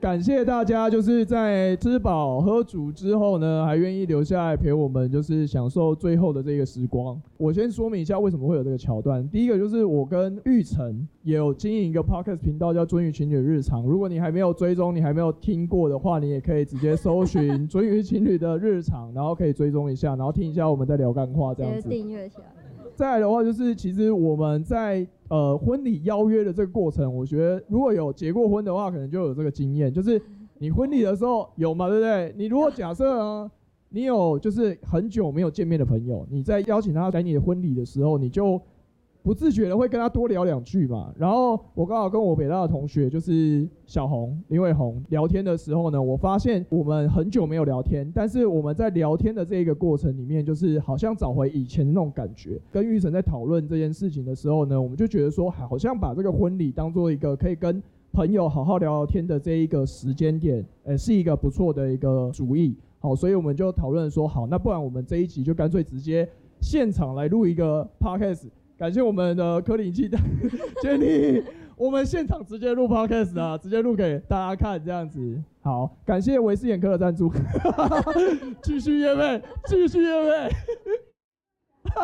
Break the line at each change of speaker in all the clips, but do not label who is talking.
感谢大家，就是在吃饱喝足之后呢，还愿意留下来陪我们，就是享受最后的这个时光。我先说明一下为什么会有这个桥段。第一个就是我跟玉成也有经营一个 podcast 频道叫“尊宇情侣日常”，如果你还没有追踪，你还没有听过的话，你也可以直接搜寻“尊宇情侣的日常”，然后可以追踪一下，然后听一下我们在聊干话这样
就是
子。
订阅起来。
再来的话，就是其实我们在呃婚礼邀约的这个过程，我觉得如果有结过婚的话，可能就有这个经验，就是你婚礼的时候有嘛，对不对？你如果假设啊，你有就是很久没有见面的朋友，你在邀请他来你的婚礼的时候，你就不自觉的会跟他多聊两句嘛。然后我刚好跟我北大的同学就是小红林伟红聊天的时候呢，我发现我们很久没有聊天，但是我们在聊天的这个过程里面，就是好像找回以前的那种感觉。跟玉成在讨论这件事情的时候呢，我们就觉得说，好像把这个婚礼当做一个可以跟朋友好好聊聊天的这一个时间点，呃，是一个不错的一个主意。好，所以我们就讨论说，好，那不然我们这一集就干脆直接现场来录一个 podcast。感谢我们的科林基 蛋 Jenny，我们现场直接录 podcast 啊，直接录给大家看这样子。好，感谢维斯眼科的赞助， 继续约配，继续约配。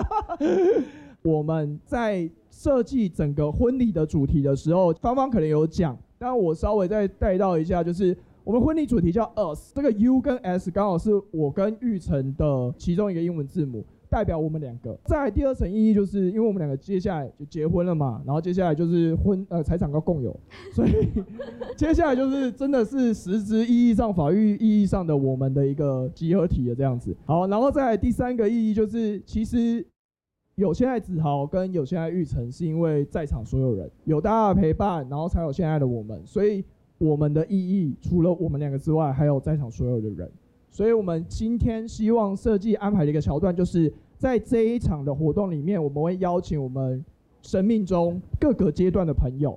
我们在设计整个婚礼的主题的时候，芳芳可能有讲，但我稍微再带到一下，就是我们婚礼主题叫 US，这个 U 跟 S 刚好是我跟玉成的其中一个英文字母，代表我们两个。再来第二层意义就是，因为我们两个接下来就结婚了嘛，然后接下来就是婚呃财产要共有，所以接下来就是真的是实质意义上、法律意义上的我们的一个集合体的这样子。好，然后再来第三个意义就是，其实有现在子豪跟有现在玉成，是因为在场所有人有大家的陪伴，然后才有现在的我们。所以我们的意义除了我们两个之外，还有在场所有的人。所以我们今天希望设计安排的一个桥段，就是在这一场的活动里面，我们会邀请我们生命中各个阶段的朋友。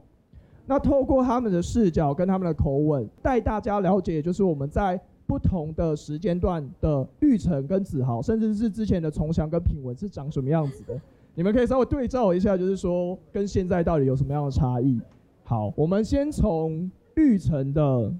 那透过他们的视角跟他们的口吻，带大家了解，就是我们在不同的时间段的玉成跟子豪，甚至是之前的崇翔跟品文是长什么样子的。你们可以稍微对照一下，就是说跟现在到底有什么样的差异。好，我们先从玉成的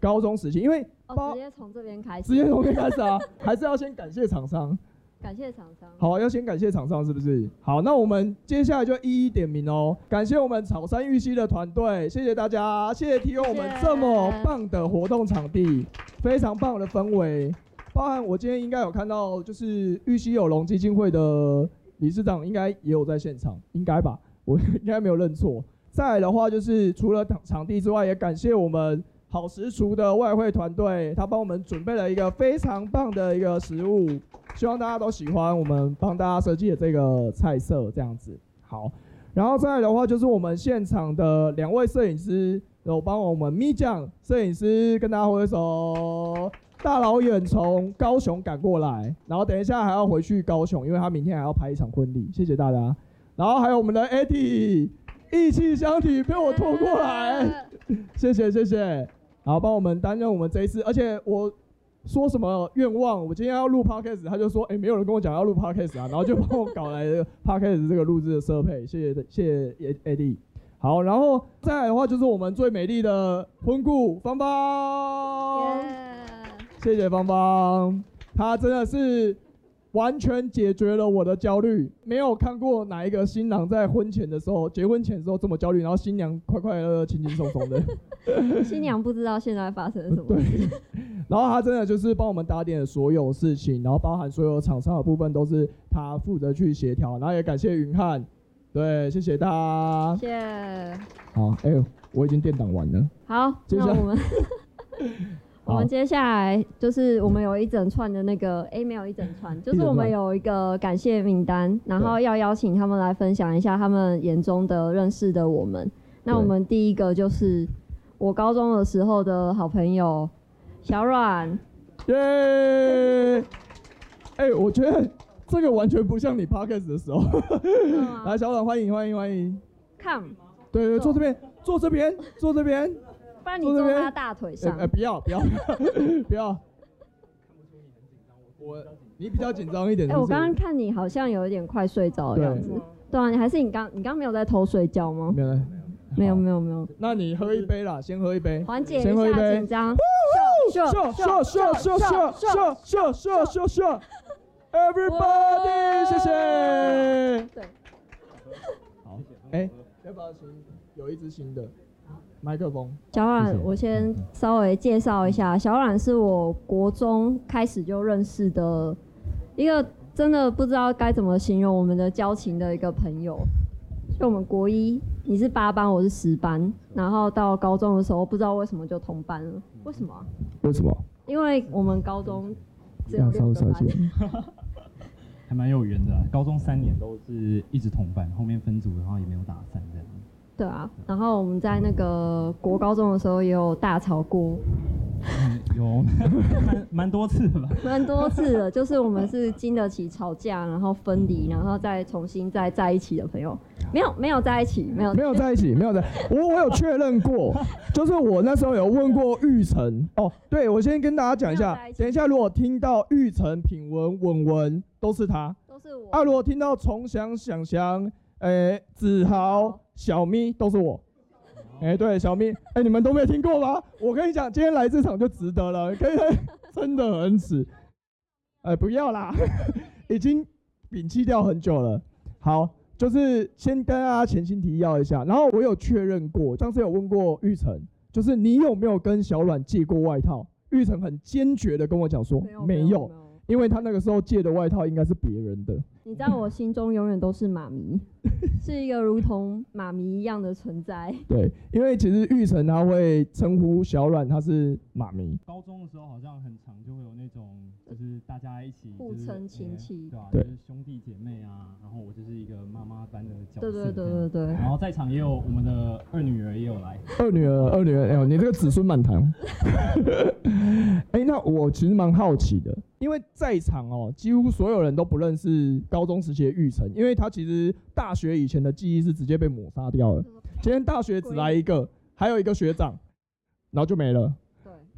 高中时期，因为
哦，
包
直接从这边开始。
直接从这开始啊，还是要先感谢厂商。
感谢厂商。
好，要先感谢厂商是不是？好，那我们接下来就一一点名哦。感谢我们草山玉溪的团队，谢谢大家，谢谢提供我们这么棒的活动场地，非常棒的氛围。包含我今天应该有看到，就是玉溪有龙基金会的理事长应该也有在现场，应该吧？我 应该没有认错。再来的话，就是除了场场地之外，也感谢我们好食厨的外汇团队，他帮我们准备了一个非常棒的一个食物，希望大家都喜欢我们帮大家设计的这个菜色这样子。好，然后再来的话就是我们现场的两位摄影师有帮我们咪酱摄影师跟大家挥手，哦大老远从高雄赶过来，然后等一下还要回去高雄，因为他明天还要拍一场婚礼，谢谢大家。然后还有我们的 Eddie 意气相挺 被我拖过来。谢谢谢谢，然后帮我们担任我们这一次，而且我说什么愿望，我今天要录 podcast，他就说，哎、没有人跟我讲要录 podcast 啊，然后就帮我搞来了 podcast 这个录制的设备，谢谢谢谢 Ed- Eddie。好，然后再来的话就是我们最美丽的婚顾芳芳
耶
谢谢芳芳，她真的是完全解决了我的焦虑。没有看过哪一个新郎在婚前的时候、结婚前的时候这么焦虑，然后新娘快快乐乐、轻轻松松的。
新娘不知道现在发生了什么
对
事。
然后他真的就是帮我们打点了所有事情，然后包含所有厂商的部分都是他负责去协调，然后也感谢云汉，对，谢谢他。
谢谢。
好，哎、我已经电档完了，
好，
接下
那
来
我们我
好
们接下来就是我们有一整串的那个，诶，没有一整串，就是我们有一个感谢名单，然后要邀请他们来分享一下他们眼中的认识的我们。那
对
我们第一个就是我高中的时候的好朋友小 阮，
耶、哎、我觉得这个完全不像你 podcast 的时候。
啊嗯
来，小阮，欢迎欢迎欢迎。
看，
对对，坐
坐
这边，坐这边，坐这边。
不然你
坐这
坐
边
他大腿
哎、
上
哎，不要不要 不要。我你比较紧张一点。
哎、
是不
我
是
刚刚看你好像有一点快睡着的
对
样子，对啊，你还是你刚你刚没有在偷睡觉吗？
没有，
没有没有没有，
那你喝一杯啦，先喝一杯。
缓解一
先喝一
下
杯
紧张。秀
秀秀秀秀秀秀秀秀秀秀，Everybody，谢谢。
对，
好，哎，要不要请有一支新的麦克风？
小
谢
冉
谢，
我先稍微介绍一下，小冉是我国中开始就认识的一个，真的不知道该怎么形容我们的交情的一个朋友。就我们国一，你是八班，我是十班，然后到高中的时候，不知道为什么就同班了，为什么啊、
为什么？
因为我们高中只有
要稍
六
微
个
小
班
心。。
还蛮有缘的啦。高中三年都是一直同班，后面分组然后也没有打散这样。
对啊，然后我们在那个国高中的时候也有大吵过，
嗯 有蛮蛮多次的吧？
蛮多次的，就是我们是经得起吵架，然后分离，然后再重新再在一起的朋友，没有没有在一起，没有
没有在一起，没有在。我我有确认 过，就是我那时候有问过玉成。哦，对，我先跟大家讲一
没有
下
在一，起
等一下如果听到玉成、品文、文文都是他，
都是我。
啊，如果听到重祥、想祥、诶、子豪、小咪都是我。哎、对，小咪，哎、你们都没有听过吗？我跟你讲，今天来这场就值得了，可以，真的很值。哎、不要啦， 已经摒弃掉很久了。好，就是先跟大家前情提要一下，然后我有确认过，上次有问过玉成，就是你有没有跟小阮借过外套？玉成很坚决的跟我讲说，没有，因为他那个时候借的外套应该是别人的。
你在我心中永远都是妈咪，是一个如同妈咪一样的 存在。
对，因为其实玉成他会称呼小阮他是妈咪，
高中的时候好像很常就会有那种，就是大家一起
互
就是
称
呃
亲戚
对啊，
对
就是兄弟姐妹啊。然后我就是一个妈妈般的角色，
对对对对。对，
然后在场也有我们的二女儿也有来，
二女儿，二女儿，哎呦，你这个子孙满堂。 哎、那我其实蛮好奇的，因为在场哦，几乎所有人都不认识高中时期的玉成，因为他其实大学以前的记忆是直接被抹杀掉 了。今天大学只来一个，还有一个学长，然后就没了。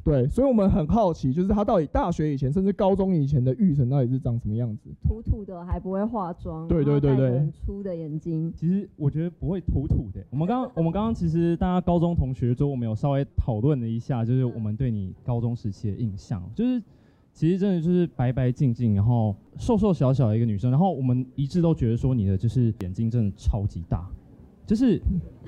对，
对，所以我们很好奇，就是他到底大学以前，甚至高中以前的玉成到底是长什么样子？
土土的还不会化妆，
对对对
然后戴
对
着很粗的眼睛，
其实我觉得不会土土的。我们刚刚我们刚刚其实大家高中同学桌，我们有稍微讨论了一下，就是我们对你高中时期的印象，就是其实真的就是白白净净，然后瘦瘦小小的一个女生，然后我们一致都觉得说你的就是眼睛真的超级大。就是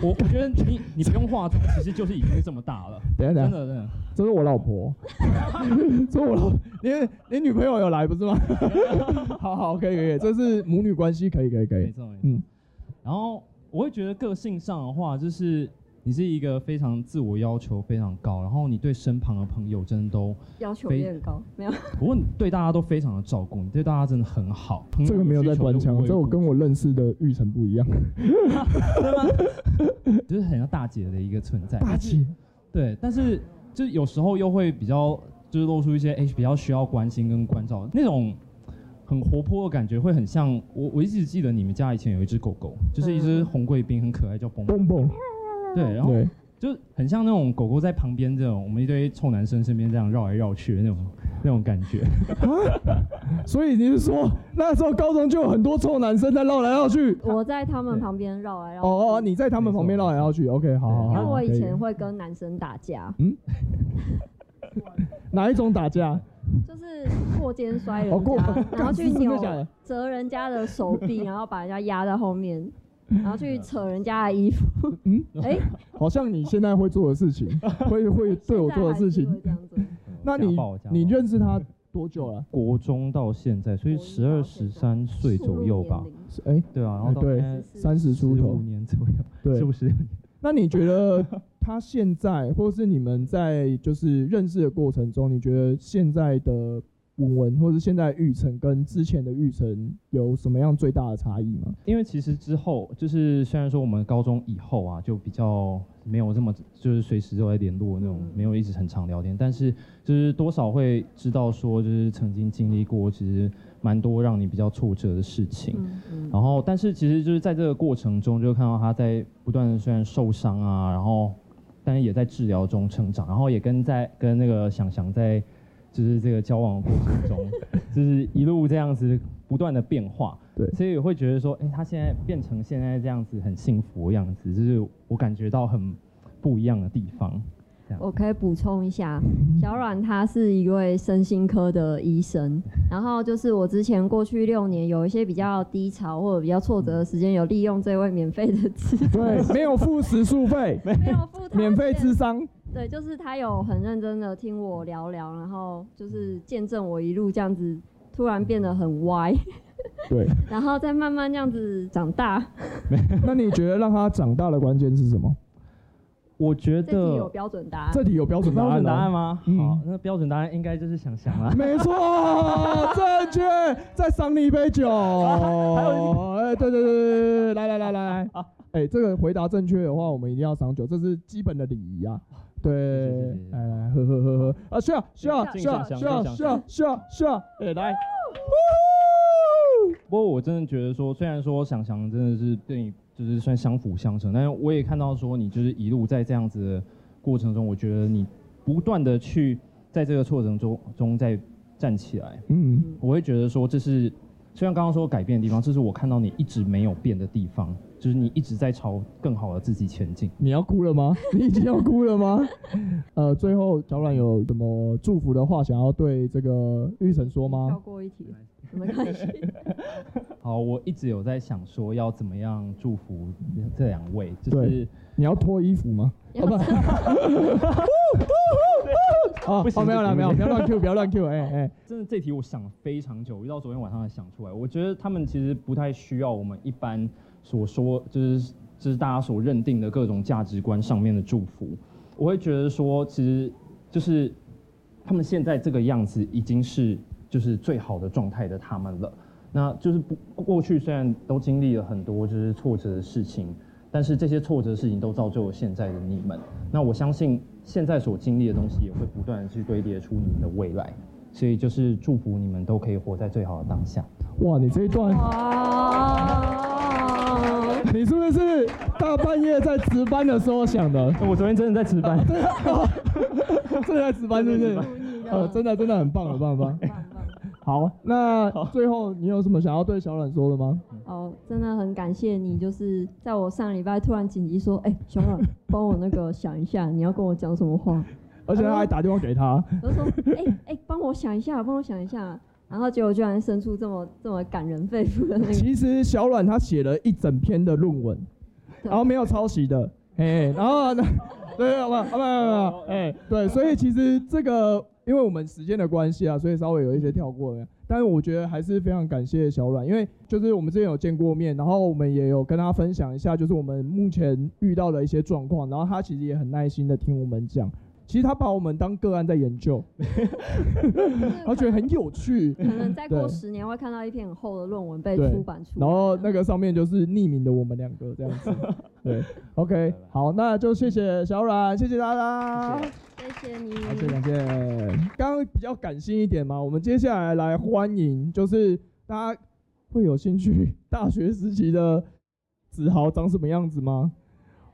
我，我觉得你你不用化妆，其实就是已经这么大了，
等一下，等一
真
下，
的真的。
这是我老婆， 这是我老，你你女朋友有来不是吗？ 好好，可以可以，这是母女关系，可以可以可
没
以。
错没错。
嗯
然后我会觉得个性上的话，就是你是一个非常自我要求非常高，然后你对身旁的朋友真的都，
要求
非
也很高，没有。
不过你对大家都非常的照顾，你对大家真的很好。朋友
这个没有在官腔，
需求
这
就
我
无微
跟我认识的玉成不一样。
不至就是很像大姐的一个存在。
大姐，
对，但是就是有时候又会比较就是露出一些哎、比较需要关心跟关照那种。很活泼的感觉，会很像我。我一直记得你们家以前有一只狗狗，就是一只红贵宾，很可爱，叫蹦蹦。
蹦蹦，
对，然后
对，
就很像那种狗狗在旁边这种，我们一堆臭男生身边这样绕来绕去的那种那种感觉。
所以你是说那时候高中就有很多臭男生在绕来绕去？
我在他们旁边绕来绕去。
哦哦哦，你在他们旁边绕来绕去，OK，好好
因为
好。
我以
可
前会跟男生打架，
哪一种打架？
就是过肩摔
哦
人
过
家， 然后 去
真
扭
的假的？
折人家的手臂，然后把人家压在 后面，然后去扯人家的衣服。
嗯，
哎，
好像你现在会做的事情， 会会对我做的事
现在还
情
是会。这样子。
那你
家暴家暴
你认识他多久了？
国中到现在，所以
国一
十
到现
二十
在
三岁左右吧，
是哎，
对啊，然后到
对
现在
三十出
15
头。
年左右，
对
是，不是？
那你觉得他现在，或是你们在就是认识的过程中，你觉得现在的文文，或是现在的玉成跟之前的玉成有什么样最大的差异吗？
因为其实之后就是虽然说我们高中以后啊，就比较没有这么就是随时都在联络那种
嗯，
没有一直很常聊天，但是就是多少会知道说，就是曾经经历过其实蛮多让你比较挫折的事情。
嗯嗯
然后，但是其实就是在这个过程中，就看到他在不断的虽然受伤啊，然后，但是也在治疗 中成长，然后也跟在跟那个想想在，就是这个交往的过程中，就是一路这样子不断的变化，
对
所以我会觉得说，哎、他现在变成现在这样子很幸福的样子，就是我感觉到很不一样的地方。
我可以补充一下，小阮他是一位身心科的医生，然后就是我之前过去六年有一些比较低潮或者比较挫折的时间，有利用这位免费的 咨，
对，没有付时速费，
没有付他
免费
钱
智商，
对，就是他有很认真的听我聊聊，然后就是见证我一路这样子突然变得很歪，
对。
然后再慢慢这样子长大。
那你觉得让他长大的关键是什么？
我觉
这题有
得
标准答案，
这题有标准答
标
案
准答
吗
案？吗？
嗯
好，那标准答案应该就是想想 啦。
没错，正确，再赏你一杯酒。哎，对对对对对，来来来来来，哎，这个回答正确的话，我们一定要赏酒，这是基本的礼仪啊。对，来来喝喝喝喝，啊，需要需要需要需要需要需要需要，哎，来，
呃不过我真的觉得说，虽然说想想真的是对你就是算相辅相成，但是我也看到说你就是一路在这样子的过程中，我觉得你不断的去在这个挫折中中再站起来，
嗯，
我会觉得说这是虽然刚刚说改变的地方，这是我看到你一直没有变的地方，就是你一直在朝更好的自己前进。
你要哭了吗？ 你已经要哭了吗？呃，最后小阮有什么祝福的话想要对这个玉成说
跳
吗？
过一题，没关系。
好，我一直有在想说要怎么样祝福这两位，就是
你要脱衣服吗？
要
不 哦
不，行
哦，没有了，
不
没
行
有，不要乱
不行
Q，不要乱 Q，哎、哎、
真的这题我想非常久，一到昨天晚上才想出来。我觉得他们其实不太需要我们一般所说，就是就是大家所认定的各种价值观上面的祝福。我会觉得说，其实就是他们现在这个样子已经是就是最好的状态的他们了。那就是不过去虽然都经历了很多就是挫折的事情，但是这些挫折的事情都造就了现在的你们。那我相信现在所经历的东西也会不断的去堆叠出你们的未来。所以就是祝福你们都可以活在最好的当下。
哇，你这一段，
哇！
你是不是大半夜在值班的时候想的？
我昨天真的在值班，
正在值班是不是？ 呃，真的真的很棒，很棒，很棒。好，那最后你有什么想要对小阮说的吗？
哦，真的很感谢你，就是在我上礼拜突然紧急说，哎、熊软，帮我那个想一下，你要跟我讲什么话？
而且他还打电话给他，
我就说，哎、哎、帮我想一下，帮我想一下。然后结果居然生出这么这么感人肺腑 的那个，
其实小阮他写了一整篇的论文，
对
然后没有抄袭的，哎，然后呢， 对，好吧，好吧，好吧，哎，对，所以其实这个因为我们时间的关系啊，所以稍微有一些跳过了，但是我觉得还是非常感谢小阮，因为就是我们之前有见过面，然后我们也有跟他分享一下，就是我们目前遇到的一些状况，然后他其实也很耐心的听我们讲。其实他把我们当个案在研究， 他觉得很有趣，
可能再
对
过十年会看到一篇很厚的论文被
对
出版出来。
然后那个上面就是匿名的我们两个这 样子。对，OK，好，那就谢谢小阮，谢谢大家，
谢谢你，
感谢感谢。刚刚比较感性一点嘛，我们接下来来欢迎，就是大家会有兴趣大学时期的子豪长什么样子吗？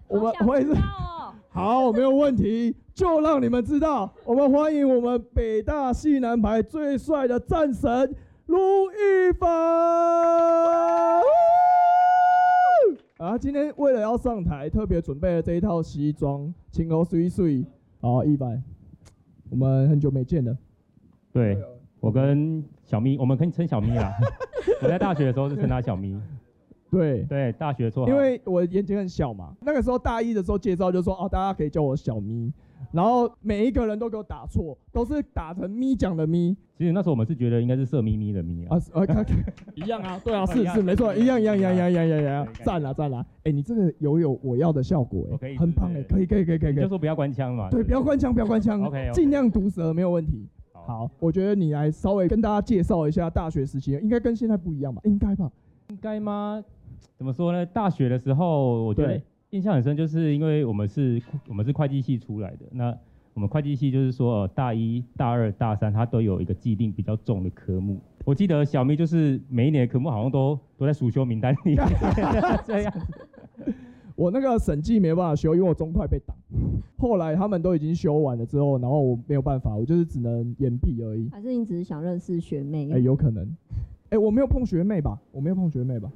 我们
好想
会
知
是
道哦
好，没有问题，就让你们知道，我们欢迎我们北大西南排最帅的战神卢一凡。啊，今天为了要上台，特别准备了这一套西装，清欧水水。好，一凡，我们很久没见了。
对，我跟小咪，我们可以称小咪 啦。我在大学的时候是称他小咪，
对，
对，大学绰号。
因为我眼睛很小嘛，那个时候大一的时候介绍就说哦，大家可以叫我小咪，然后每一个人都给我打错，都是打成咪讲的咪。
其实那时候我们是觉得应该是色眯眯的眯啊
啊，，是啊，看一样啊，对啊，是
一样
是没错，一样一样一样一样一样一样一样
对，
赞啦赞啦，哎，你这个有有我要的效果
我可
哎，
以
很
是不
棒
是
哎，可以可以可以可以
你
可以
就，说不要关枪嘛。
对，不要关枪不要关枪
OK，OK
尽量毒舌没有问题。
好
好，我觉得你来稍微跟大家介绍一下大学时期，应该跟现在不一样吧？应该吧？
应该吗？怎么说呢？大学的时候，我觉得
对
印象很深，就是因为我们是我们是会计系出来的，那我们会计系就是说，呃，大一、大二、大三，它都有一个既定比较重的科目。我记得小咪就是每一年的科目好像都都在暑修名单 里，这样
我那个审计没办法修，因为我中快被挡。 后来他们都已经修完了之后，然后我没有办法，我就是只能延毕而已。
还是你只是想认识学妹？
哎、有可能。哎、我没有碰学妹吧？我没有碰学妹吧？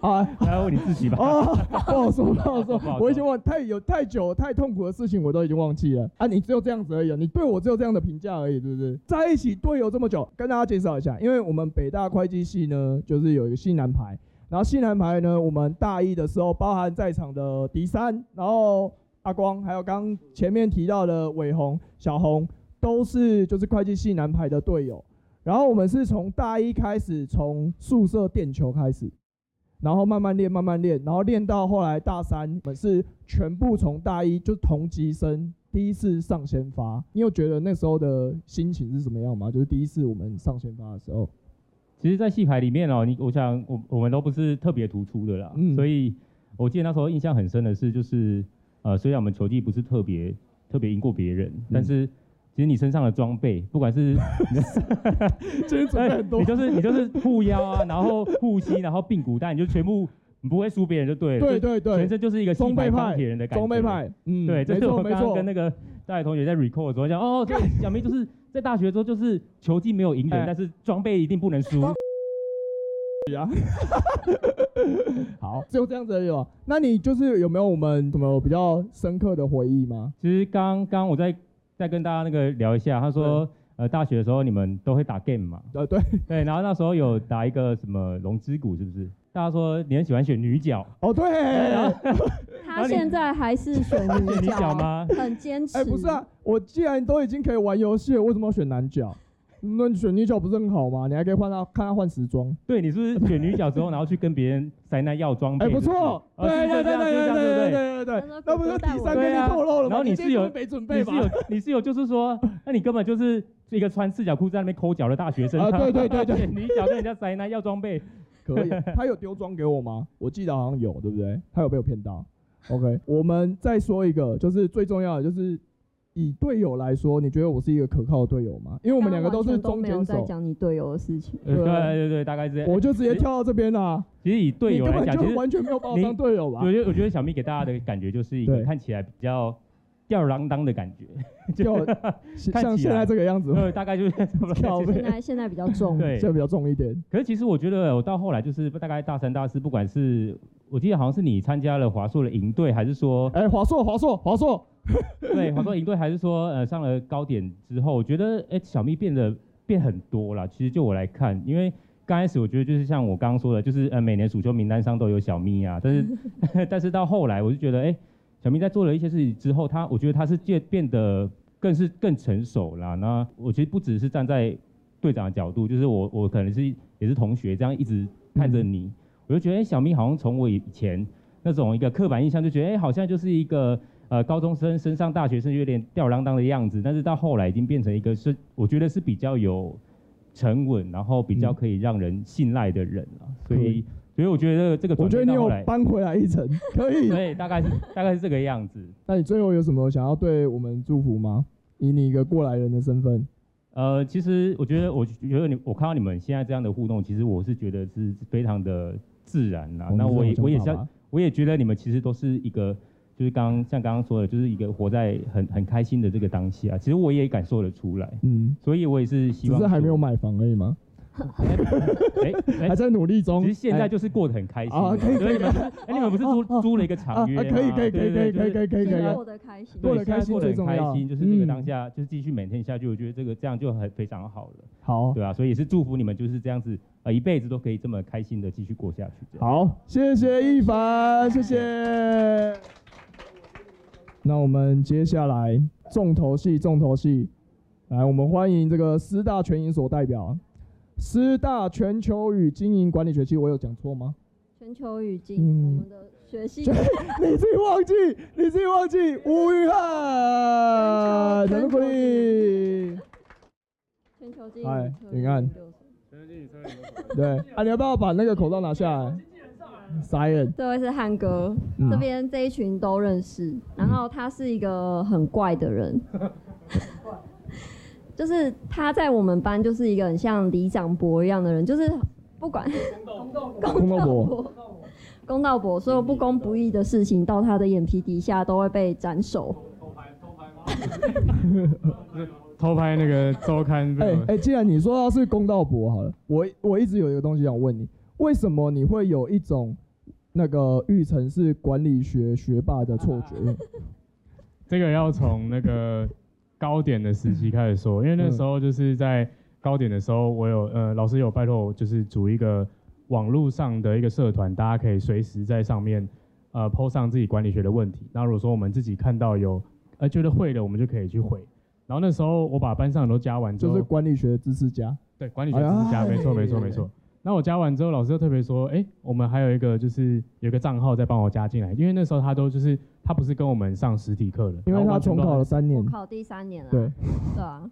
啊，
来问你自己吧。
哦， 不好说，不好说
不好，说
我已经忘太有太久太痛苦的事情，我都已经忘记了啊！你只有这样子而已哦，你对我只有这样的评价而已，对不对？在一起队友这么久，跟大家介绍一下，因为我们北大会计系呢，就是有一个西南牌，然后西南牌呢，我们大一的时候包含在场的迪三，然后阿光，还有刚前面提到的伟宏、小红，都是就是会计系南排的队友。然后我们是从大一开始，从宿舍电球开始，然后慢慢练，慢慢练，然后练到后来大三，我们是全部从大一就同级生第一次上先发。你有觉得那时候的心情是怎么样吗？就是第一次我们上先发的时 候，
其实，在戏牌里面哦，你我想我我们都不是特别突出的啦，
嗯
所以我记得那时候印象很深的是，就是呃，虽然我们球技不是特别特别赢过别
嗯
人，但是其实你身上的装备，不 管是哎
今天准备很多
你，就是你就是护 腰啊，然后护膝，然后髌骨带，你就全部你不会输别人就对了，
对
就
对
全
对，
身就是一个戏
装备
牌
派
钢铁人的感觉，
装备派，嗯，
对，这
没
是我
错
刚
没
刚
错
跟，那个大学同学在 recall 的时候讲，哦，所以小明就是在大学的时候就是球技没有赢人
哎，
但是装备一定不能输。
好，只有这样子而已哦。那你就是有没有我们什么比较深刻的回忆吗？
其实刚刚我在在跟大家那个聊一下，他说呃大学的时候你们都会打 game 嘛，
呃，对，
对，然后那时候有打一个什么龙之谷是不是？大家说你很喜欢选女角，
哦对，
哎
他现在还是选女
选女角
角？
吗？
很坚持。
哎、不是啊，我既然都已经可以玩游戏了，为什么要选男角？那你选女角不是很好吗？你还可以换她，看她换时装。
对，你是不是选女角之后，然后去跟别人塞那要装备？
哎、不错，
是不
对
是
对对
哦是这
对
样
对
是这
对
样
对对
对不对
对
他说，
那不是
狗狗带
第
我
三
对
跟你
啊
透露了吗？
然后你
今天
是有
根本没准备
你是
吧？
有你是有，就是说，那你根本就是一个穿四角裤在那边抠脚的大学生，
啊对对对对，
女角跟人家塞那要装备，
可以， 他有丢装给我吗？我记得好像有，对不对？他有被我骗到。OK，我 们再说一个，就是最重要的，就是以队友来说，你觉得我是一个可靠的队友吗？因为我们两个都是
刚刚
中
完全都没有
间
在
手，
讲你队友的事情。
对
对啊
对对，大概是这样。
我就直接跳到这边啦、
其实以队
你
友
根
来
本
讲，其实
就完全没有把我
你
当队友吧嗯
我？觉得我觉得小蜜给大家的感觉就是一个
对
看起来比较吊儿郎当 的感觉，
就像现在这个样子吗，
对，大概就是这么
靠
现
背
在现在比较重，
对
现。在比较重一点。
可是其实我觉得我到后来就是大概大三大四，不管是我记得好像是你参加了华硕的营队，还 是说
哎、华硕，华硕，华硕，
对，华硕营队还是说，呃，上了高点之后，我觉得，哎、小蜜变得变很多啦。其实就我来看，因为刚开始我觉得就是像我刚刚说的，就是呃，每年暑修名单上都有小蜜啊，但是 但是到后来，我就觉得，哎、小蜜在做了一些事情之后，她我觉得她是变变得更是更成熟啦。那我其实不只是站在队长的角度，就是我我可能是也是同学这样一直看着
嗯
你，我就觉得，哎、小蜜好像从我以前那种一个刻板印象，就觉得，哎、好像就是一个。呃高中生升上大学生有点吊儿郎当的样子，但是到后来已经变成一个是，我觉得是比较有沉稳，然后
嗯
比较可以让人信赖的人啊。所以，所以我觉得这个
我
转
觉得
变
你
到
有
后来，
搬回来一层，可以。
对，大概是大概是这个样子。
那你最后有什么想要对我们祝福吗？以你一个过来人的身份，
呃，其实我觉得，我觉得你，我看到你们现在这样的互动，其实我是觉得是非常的自然
哦
啦。啊那我也我也
想
相，我也觉得你们其实都是一个，就是刚像刚刚说的，就是一个活在很很开心的这个当下。其实我也感受得出来，
嗯，
所以我也是希
只
望
是还没
说
有买房而已吗？
哎哎
还，在努力中。哎
其实现在就是过得很开心
啊可以
所以你们不是哎，你们不是租租了一个
哎啊啊
长约吗？
可以可以可
对
以可以可以可。 以可以可以
现在
可以
过得开心。
过
对
得
对
开心
对
最重
现在过得很
要
开心，就是这个
嗯
当下，就是继续每天下去，我觉得这个这样就很非常好了，
好
对啊，所以也是祝福你们，就是这样子，呃，一辈子都可以这么开心的继续过下去。这样，
好，谢谢一凡，谢谢。 那我们接下来重头戏，重头戏，来，我们欢迎这个师大全营所代表，师大全球与经营管理学系，我有讲错吗？
全球语境，
嗯
我们的学习
全你自己忘记，你自己忘记，吴云汉，掌声鼓励。
全球经
哎
营，
你看，对，啊，你要不要把那个口罩拿下来？Silent，
这位是汉哥，
嗯
这边这一群都认识。然后他是一个很怪的人， 就是他在我们班就是一个很像李长博一样的人，就是不管
公道博，
博，公道博，所有不公不义的事情到他的眼皮底下都会被斩首。
偷拍那个周刊被
哎、
我
哎、既然你说到是公道博好了，我我一直有一个东西想问你，为什么你会有一种那个育成是管理学学霸的错
啊
觉？
这个要从那个高点的时期开始说，因为
嗯
那时候就是在高点的时候，我有呃老师有拜托我，就是组一个网络上的一个社团，大家可以随时在上面呃 PO 上自己管理学的问题。那如果说我们自己看到有呃觉得会的，我们就可以去回。然后那时候我把班上的都加完之
就
后，
是管理学的知识家，
对，管理学知识家，
哎
没错没错没错。那我加完之后，老师就特别说，哎、我们还有一个就是有一个账号在帮我加进来，因为那时候他都就是他不是跟我们上实体课的，
因为
然后
他
完全
重
不知道
考了三
我
年，
考第三年了，
对，
对啊，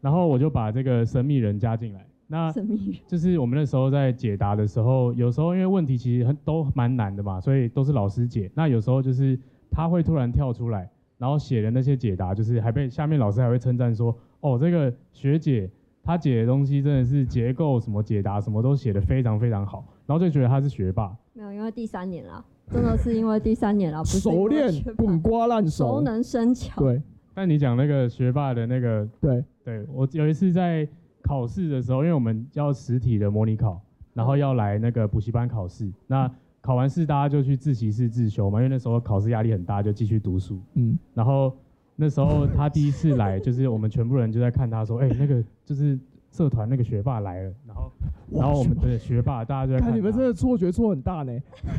然后我就把这个神秘人加进来。
啊
那
神秘人，
就是我们那时候在解答的时候，有时候因为问题其实很都蛮难的嘛，所以都是老师解。那有时候就是他会突然跳出来，然后写的那些解答，就是还被下面老师还会称赞说：“哦，这个学姐她解的东西真的是结构什么解答什么都写的非常非常好。”然后就觉得她是学霸。
没有，因为第三年啦，真的是因为第三啊年啦，不是因为
熟练
学霸
滚瓜烂
熟
熟，
能生巧，
对
但你讲那个学霸的那个
对，
对我有一次在考试的时候，因为我们要实体的模拟考，然后要来那个补习班考试。那考完试大家就去自习室自修嘛，因为那时候考试压力很大，就继续读书。
嗯，
然后那时候他第一次来，就是我们全部人就在看他说，哎、那个就是社团那个学霸来了。然后然后我们的学霸大家就在看
看你们
他
真的错觉错很大呢，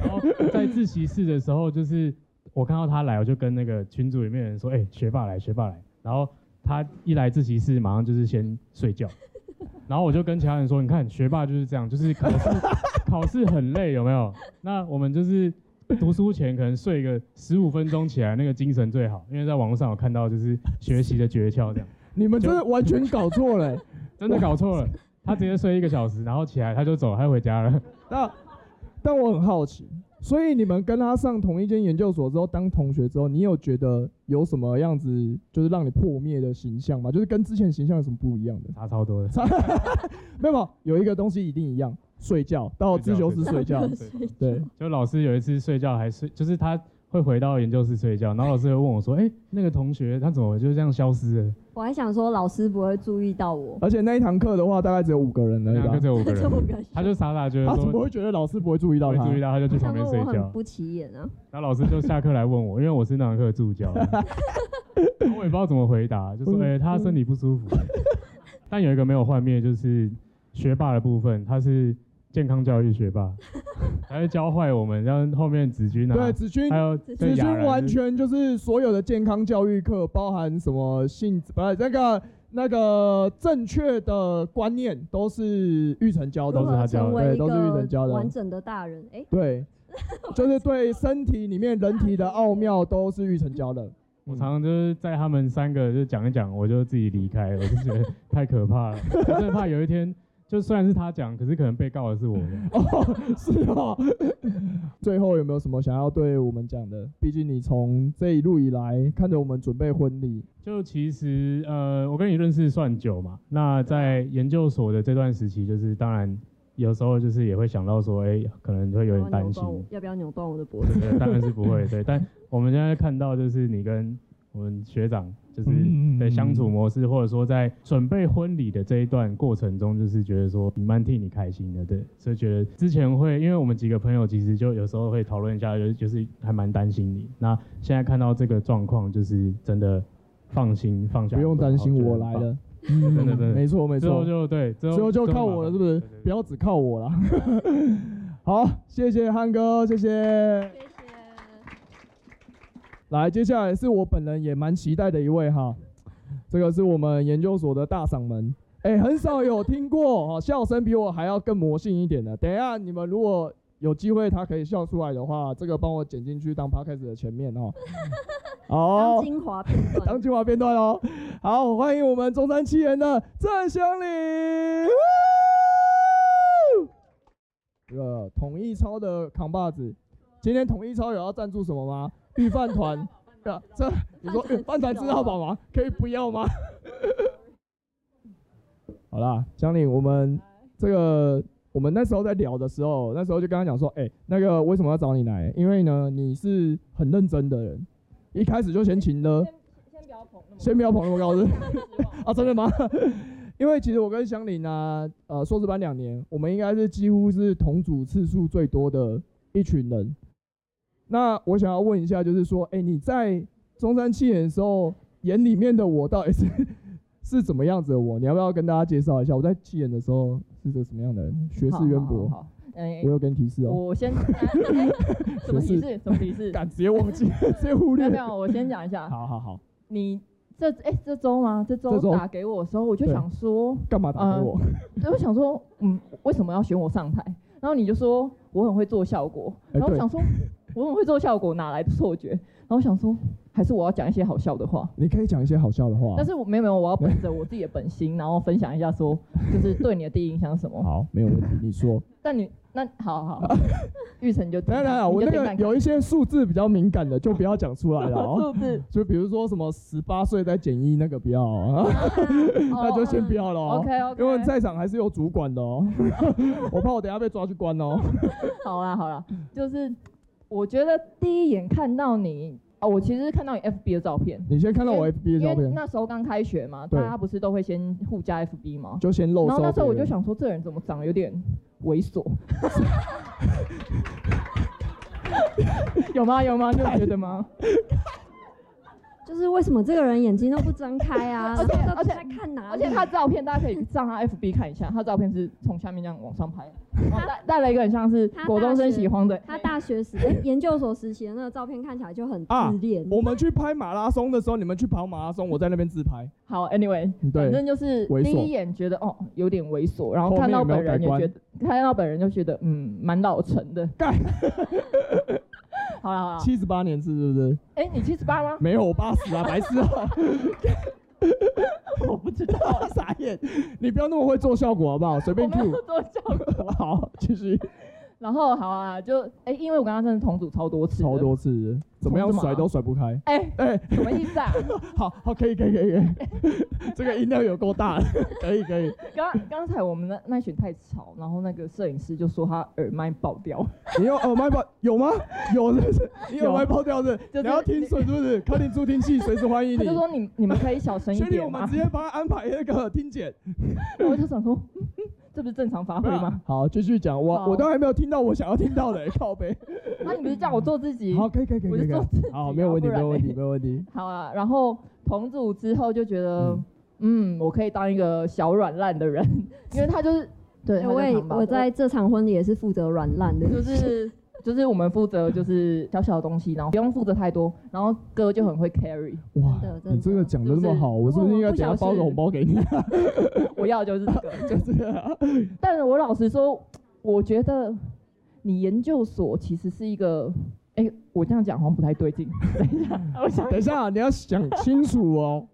然后在自习室的时候，就是我看到他来，我就跟那个群组里面的人说：“哎、学霸来，学霸来。”然后他一来自习室，马上就是先睡觉。然后我就跟其他人说：“你看，学霸就是这样，就是考试考试很累，有没有？那我们就是读书前可能睡个十五分钟起来，那个精神最好，因为在网络上有看到就是学习的诀窍，这样
你们真的完全搞错了、欸
真的搞错了。”他直接睡一个小时，然后起来他就走，他就回家了。
那但我很好奇，所以你们跟他上同一间研究所之后，当同学之后，你有觉得有什么样子就是让你破灭的形象吗？就是跟之前形象有什么不一样的？
差超多了。
没有，有一个东西一定一样，睡觉，到哦自修室睡觉。
睡觉
对，
就老师有一次睡觉还睡，就是他会回到研究室睡觉，然后老师会问我说：“哎、那个同学他怎么就这样消失了
我还想说老师不会注意到我，
而且那一堂课的话，大概只有五个人？”而
那
已
堂课
吧。啊
只有五个
这
人，
么个
他就傻傻觉得
他怎么
说
会觉得老师不会注意到
没
他？
注意到，他就去
我想
旁边
说
睡
我
觉
很。不起眼啊，
然后老师就下课来问我，因为我是那堂课的助 教，然后我也不知道怎么回答，就说：“哎、他身体不舒服。”
嗯
但有一个没有幻灭，就是学霸的部分，他是健康教育学 霸，他会教坏我们，让后面子君啊，
对，子君
还，有
子
子
对
君
雅然
完全就是所有的健康教育课，包含什么性，不是那个那个正确的观念，都是玉成教的
如
都是他
何
教的
成为
对
一
都是玉成教
个
的
完整的大人？哎，
对，就是对身体里面人体的奥妙都是玉成 教的。
嗯
我常常就是在他们三个就讲一讲，我就自己离开了，我就觉得太可怕了， 我真的怕有一天，就虽然是他讲，可是可能被告的是我的。
哦，是哦。 最后有没有什么想要对我们讲的？毕竟你从这一路以来看着我们准备婚礼，
就其实呃，我跟你认识算久嘛，
啊
那在研究所的这段时期，就是当然有时候就是也会想到说，哎、可能会有
要不要
点担
扭
心
断，我要不要扭断我的 脖子？
对，当然是不会，对，但我们现在看到就是你跟我们学长就是
嗯嗯嗯
的相处模式，或者说在准备婚礼的这一段过程中，就是觉得说你蛮替你开心的，对，所以觉得之前会，因为我们几个朋友其实就有时候会讨论一下，就是就是还蛮担心你。那现在看到这个状况，就是真的放心放下，
不用担心我来，了。嗯
真的真的
没错没
之后
错，
就对，之后
最后就靠我了，是不是？不
要
要只靠我了。 好，谢谢汉哥，谢谢。
谢谢。
来，接下来是我本人也蛮期待的一位哈，这个是我们研究所的大嗓门，哎、很少有听过 哈，笑声比我还要更魔性一点的。等一下你们如果有机会他可以笑出来的话，这个帮我剪进去当 podcast 的前面哦。
当
好，
精华片段。
哦当精华片段哦。好，欢迎我们中山七人的郑祥林。这个统一超的扛把子，今天统一超有要赞助什么吗？御饭团。 啊，这你 说御饭团吃到饱吗？可以不要吗？ 好啦，江林，我们这个我们那时候在聊的时候，那时候就跟他讲说，哎、那个为什么要找你来？因为呢，你是很认真的人，一开始就先请了。
先不要捧
先不要捧那么高是不是 啊，真的吗？因为其实我跟香菱啊，呃，硕士班两年，我们应该是几乎是同组次数最多的一群人。那我想要问一下，就是说，哎、你在中山七年的时候，眼里面的我到底是 是怎么样子的我？你要不要跟大家介绍一下，我在七年的时候是个什么样的人？学识渊博，
好，好好嗯
我，有给你提示哦、
我先，哎 什么提示？什么提示？
敢直接忘记， 直接忽
没
略
有，没。有，我先讲一下。
好好好，
你这哎、这周吗？这
这周
周打给我的时候，我就
对
想说，
干嘛打给
嗯
我？
对，我想说，嗯，为什么要选我上台？然后你就说我很会做效果，
哎
然后我
对
想说，我很会做效果，哪来的错觉？然后我想说，还是我要讲一些好笑的话。
你可以讲一些好笑的话。
但是我没有没有，我要本着我自己的本心，然后分享一下说，就是对你的第一印象是什么。
好，没有问题，你说。
但你那好好， 玉成你就听
等一下等一下，
你
我
就
那
听
个
看看
有一些数字比较敏感的，就不要讲出来了、哦。
数字，
就比如说什么十八岁再减一那个不要、哦， 那就先不要了、哦。
OK OK，
因为在场还是有主管的哦， 我怕我等一下被抓去关哦。
好啦好啦，
嗯
就是我觉得第一眼看到你哦，我其实是看到你 FB 的照片，
你先看到我 FB 的
因
照
为
片，
那时候刚开学嘛，
对
大家不是都会先互加 FB 吗？
就先露手
然后
给人。
那时候我就想说，这人怎么长得有点 猥琐？有吗？有吗？你有觉得吗？
就是为什么这个人眼睛都不睁开啊？
而且
然后到底
而且
在看哪
而
里？
且他照片大家可以上他 FB 看一下，他照片是从下面这样往 上拍的，然后带带了一个很像是
他大
国中生喜欢的，
他大学时、哎研究所时期的那个照片看起来就很
啊
自恋。
我们去拍马拉松的时候，你们去跑马拉松，我在那边自拍。
好，anyway，
嗯对
反正就是
猥琐
第一眼觉得哦有点猥琐，然后
后面
看到
有没有
本人
改
也
观
觉得，看到本人就觉得嗯蛮老成的。
干，
好了好了，
七十八年制是不是？
哎、你七十八吗？
没有，我八 十啊，白痴啊！ 我不知道， 傻眼！你不要那么会做效果好不好？随
我
便
没
Q。
有做教。
好，继 续。
然后好啊，就哎、因为我跟他真的同组超多次，
超，多次，怎么样甩都甩不开。
哎、
哎、
什么意思啊？
好好，可以可以可以，可以 这个音量有够大了，可以可以。
刚刚才我们那那群太吵，然后那个摄影师就说他耳麦爆掉，
你有哦耳麦爆有吗？有是不是？你耳麦爆掉是不是？
就是
你要停水是不是？客厅助听器随时欢迎
他
你
就。说你你们可以小声一
确定我
点
们
吗
直？接帮他安排那个听检，
然后我就想说，嗯嗯这不是正常发挥吗？？
好，继续讲，我
好
我都还没有听到我想要听到的，靠 背。
那、啊你不是叫我做自己？
好，可以可以可以
我
可以
就
可
做啊
以。好，没有问题，
不
没
然
有问题，
嘞
没有问 题。
好啊，然后同组之后就觉得，嗯我可以当一个小软烂的人， 因为他就是对，
哎
他就
我也
扛把
我在这场婚礼也是负责软烂的，
就是就是我们负责就是小小的东西，然后不用负责太多，然后哥就很会 carry，
哇
真的，真的
你这个讲的那么好，我
是
是
不是
不是应该等下包个红包给你？
我要的就是这个。
就这样。
但是我老实说，我觉得你研究所其实是一个。哎、我这样讲好像不太对劲。 等一下，我想
等一下，啊你要想清楚哦。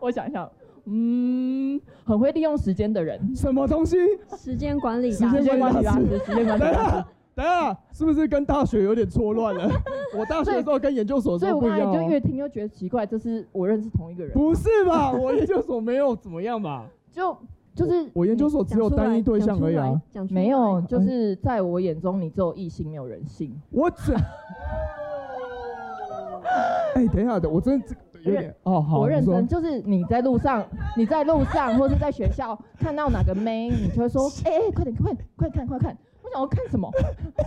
我想一下，嗯，很会利用时间的人，
什么东西？
时间啊管理大
时
时
间啊管
间管
理
理
大
大
师
师，时间管理
等一
大师。
下，等一下，是不是跟大学有点错乱了？我大学的时候跟研究所的
所
时
以
候
我
不
刚
一
才
样、
就
哦。
越听就觉得奇怪，这是我认识同一个人，
不是吧？我研究所没有怎么样吧？
就就是
我研究所只有单一对象而已啊。
讲出来
没有，就是在我眼中你只有异性没有人性，
我只……哎、等一下，等我真的这有点哦，好，
我认
你说
真，就是你在路上，你在路上或是在学校看到哪个妹，你就会说，哎哎、快点快点快看快看，我想我看什么？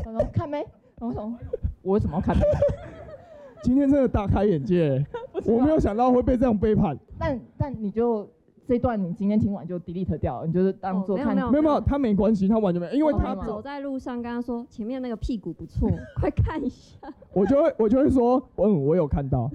我说看妹，然后我想我为什么要看妹？
今天真的大开眼 界，我没有想到会被这样背叛。
但但你就这段你今天听完就 delete 掉了，你就是当做
哦没有
看
没有
没有没有，他没关系，他完全没有，因为
我
他
会
哦
走在路上跟他说前面那个屁股不错，快看一下。
我就会我就会说，嗯，我有看到，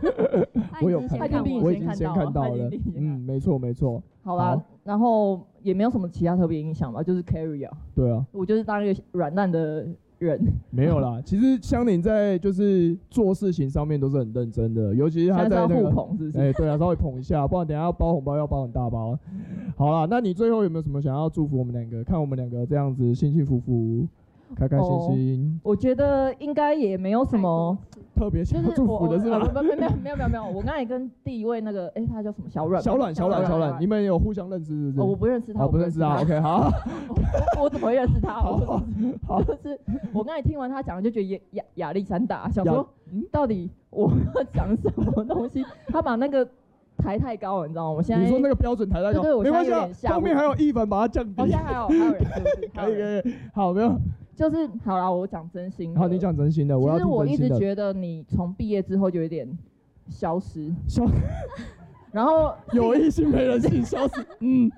他
我有
已经
看
先看
到
我
我已
他一
经
定比你
先
先
看
看到
到
他一定
了
比你，先看
嗯，没错没错，
好啦
好，
然后也没有什么其他特别影响吧，就是 carry 啊，
对啊。
我就是当一个软烂的人，
没有啦，其实香菱在就是做事情上面都是很认真的，尤其是她
现
在
在是要
那
互
个，
捧是不是？
哎、对啊，稍微捧一下，不然等一下要包红包要包很大包。 好啦，那你最后有没有什么想要祝福我们两个？看我们两个这样子幸幸福福、开开心心，
我觉得应该也没有什么，
特别
就
想要
是
祝
我
福的是
呃
吧？
不不没有没有没有没有，我刚才跟第一位那个，哎，他叫什么？小软吗，
小阮、小阮、小阮，你们有互相认识是不是？
哦我不认识他，
哦不认识啊
他
，OK，好，
我我怎么会认识他？
好
我
好
就是我刚才听完他讲，就觉得亚亚历山大，想
亚
说
嗯
到底我要讲什么东西？他把那个抬太高了，你知道吗？我现在
你说那个标准抬太高，
对对我
没
现在
关
有点
系啊，
吓
后面还有一粉把它降低
好。像哦还有还有人是不是？还
可
有
以
人
可以，好，没有，
就是好啦，我讲真心的。
好，你讲真心的，呃我要
其实
听
我
真
一直
心的。
觉得你从毕业之后就有点消失，
消
然后
有异性没人性，消失。嗯，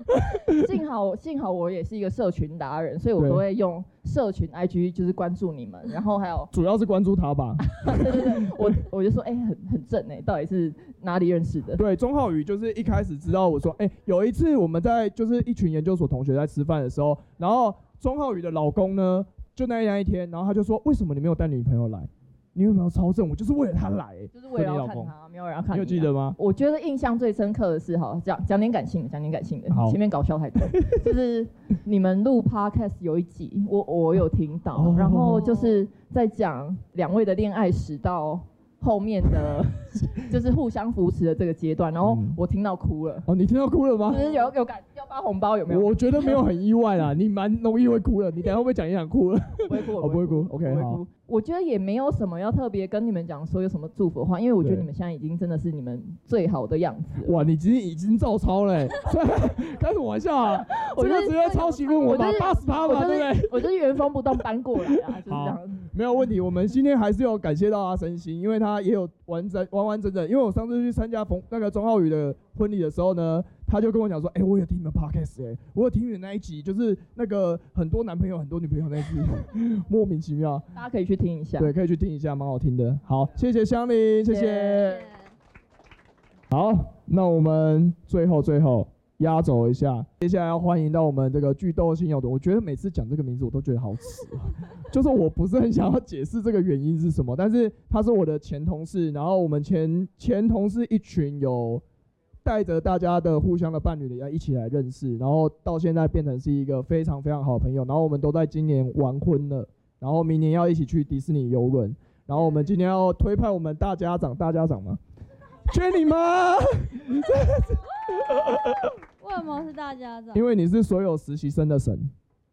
幸好幸好我也是一个社群达人，所以我
对
都会用社群 IG 就是关注你们，然后 还有
主要是关注他 吧。
对对对，我我就说哎、很很正哎、到底是哪里认识的？
对，钟浩宇就是一开始知道我说，哎、有一次我们在就是一群研究所同学在吃饭的时候，然后钟浩宇的老公呢，就那那一天，然后他就说，为什么你没有带女朋友来？你女朋友超正，我就是为了她来、 欸
就是为
就
了要
你老
看
公
他，没有人要看
你有
啊
记得吗？
我觉得印象最深刻的是，好讲讲点感性的，讲点感性的
好，
前面搞 笑太多。就是你们录 podcast 有一集，我我有听到，
哦
然后就是在讲两位的恋爱史到后面 的，就是互相扶持的这个阶段，然后
嗯
我听到哭了，
哦，你听到哭了
就
吗？
是有有感要发红包有没有？
我觉得没有很意外啦，你蛮容易会哭了。你等一下会不会讲一讲哭 了？
我不会哭，
哦，不会哭
我
，OK，
不会
好，
哭。我觉得也没有什么要特别跟你们讲说有什么祝福的话，因为我觉得
对
你们现在已经真的是你们最好的样子了。
哇，你今天已经照抄了、欸， 开什么玩笑啊？
我
这
就
个
是
直接抄袭论文吧
我就，是
八十趴
我
吧，
就
对不对？
是我就是原封不动搬过来啊，就是这
好
样。
没有问题，我们今天还是有感谢到阿森星，因为他也有完整完完整整。因为我上次去参加冯那个钟浩宇的婚礼的时候呢，他就跟我讲说：“哎、我有听你们 podcast 哎、我有听你们那一集，就是那个很多男朋友很多女朋友那一集， 莫名其妙。
大家可以去听一下。
对，可以去听一下，蛮好听的。好，谢谢香菱，谢
谢
谢。好，那我们最后最后压轴一下，接下来要欢迎到我们这个剧斗星友的。我觉得每次讲这个名字我都觉得好耻啊， 就是我不是很想要解释这个原因是什么，但是他是我的前同事，然后我们前前同事一群有。带着大家的互相的伴侣来一起来认识，然后到现在变成是一个非常非常好的朋友，然后我们都在今年完婚了，然后明年要一起去迪士尼游轮，然后我们今天要推派我们大家长大家长嘛，缺你吗？
为什么是大家长？
因为你是所有实习生的神。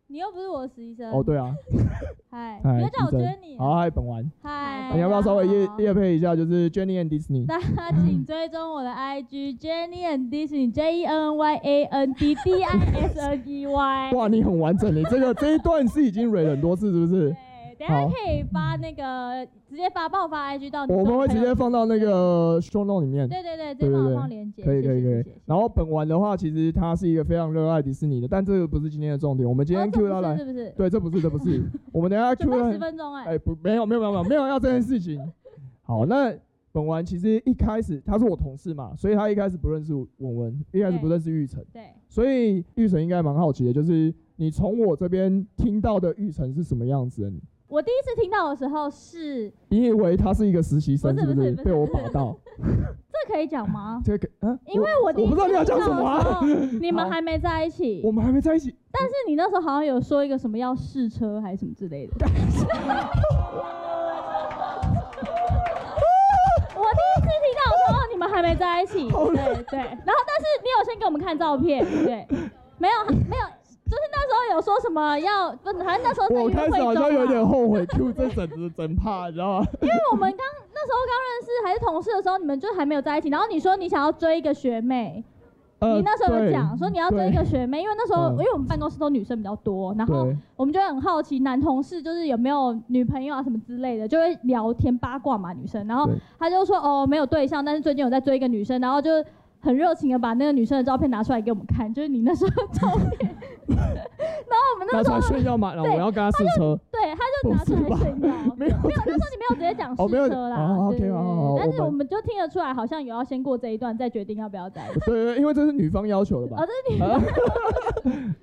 你又不是我实习生。
哦，对啊，
嗨，
嗨
你要叫我
医生
娟你
好，
啊。
嗨，本丸，
嗨，
你要不要稍微夜
大家好
夜配一下？就是 Jenny and Disney。
大家请追踪我的 IG Jenny and Disney J E N Y A N D D I S N E Y。
哇，你很完整，你这个这一段是已经蕊很多次，是不是？
对，等一下可以发那个直接发爆发 IG 到你。
我们会直接。放到那个 show note 里面。
对对对，直
对对
接帮
对
我放链接。
可以
谢
可
谢
以可以
谢谢谢谢。
然后本丸的话，其实他是一个非常热爱迪士尼的，但这个不是今天的重点。我们今天
哦这
Q
不
他
是
来，
是不是？
对，这不是这不 是，我们等一下 Q
准备
他
十。分钟哎。
哎，不，没有，没有，没有，没有，没有要这件事情。好，那本丸其实一开始他是我同事嘛，所以他一开始不认识文文，一开始不认识玉成，
对，
所以玉成应该蛮好奇的，就是你从我这边听到的玉成是什么样子的？
我第一次听到的时候是，
你以为他是一个实习生
不
是
是
不
不是不是
被我把 到，
这可以讲吗？
这个啊，
因为我第一
我不知
次
道你要讲什
听
么
到
啊
的时候，你
好
们还没在一起
我。我们还没在一起，
但是你那时候好像有说一个什么要试车还是什么之类的。我第一次听到的时候，你们还没在一 起，
好
对对。然后但是你有先给我们看照片，对，没有没有，就是那时候有说什么要，不，反正那时候是
我
约
开
会
始
中啊
好像有
嘛
点后悔 Q 这整整整趴，你知道吗？
因为我们刚那时候刚认识还是同事的时候，你们就还没有在一起。然后你说你想要追一个学妹，
呃
你那时候有
对
讲说你要追一个学妹，因为那时候
嗯
因为我们办公室都女生比较多，然后
对，
我们就会很好奇男同事就是有没有女朋友啊什么之类的，就会聊天八卦嘛女生。然后
对
他就说哦没有对象，但是最近有在追一个女生，然后就很热情的把那个女生的照片拿出来给我们看，就是你那时候 的照片。然后我们
那
那时
他
候
炫耀嘛，然后我
对
要跟他试车，
对他就拿出
不是吧
来炫 耀，
没有
没有那时候你没有直接讲
哦
试
没有
车啦，
哦
对对
OK，好好
对
好
但
我
是
们
我们就听得出来，好像有要先过这一段，再决定要不要在一起。
对对，对因为这是女方要求的吧
哦，？这是你
啊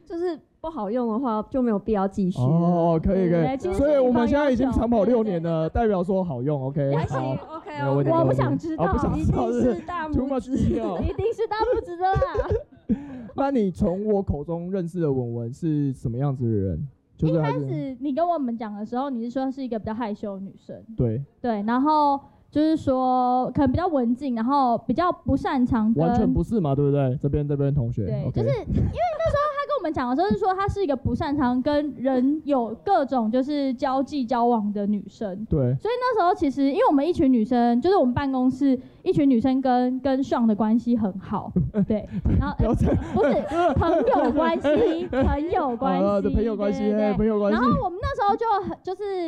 就是不好用的话就没有必要继续了。
哦，可以
对
可
对其
以，
实
所以
是
我
一
们
方
现在
要
已经
求
长跑
对
六
对
年了，代表说好用，OK，
还
好
行，，OK
没有问题
OK，
我
没有
不
问题
想知
啊
道
不，想
一
知道
定
是
是大
too
拇
much 哦
指。
detail
一定是大不知 道啦。
那你从我口中认识的文文是什么样子的人？就是
一
还
开
是
始你跟我们讲的时候，你是说是一个比较害羞的女生，
对，
对，然后就是说可能比较文静，然后比较不擅长跟
完全不是嘛，对不对？这边这边同学
嗯对，
，OK，
就是因为那时候他跟我们讲的时候是说她是一个不擅长跟人有各种就是交际交往的女生。
对，
所以那时候其实因为我们一群女生，就是我们办公室一群女生跟跟上的关系很好，对，然后、 呃
不要这样，
不是朋友关系，朋友关
好了
系，
朋友关系
对，对
哎
对
朋友关
然
系，
后我们那时候就很就是，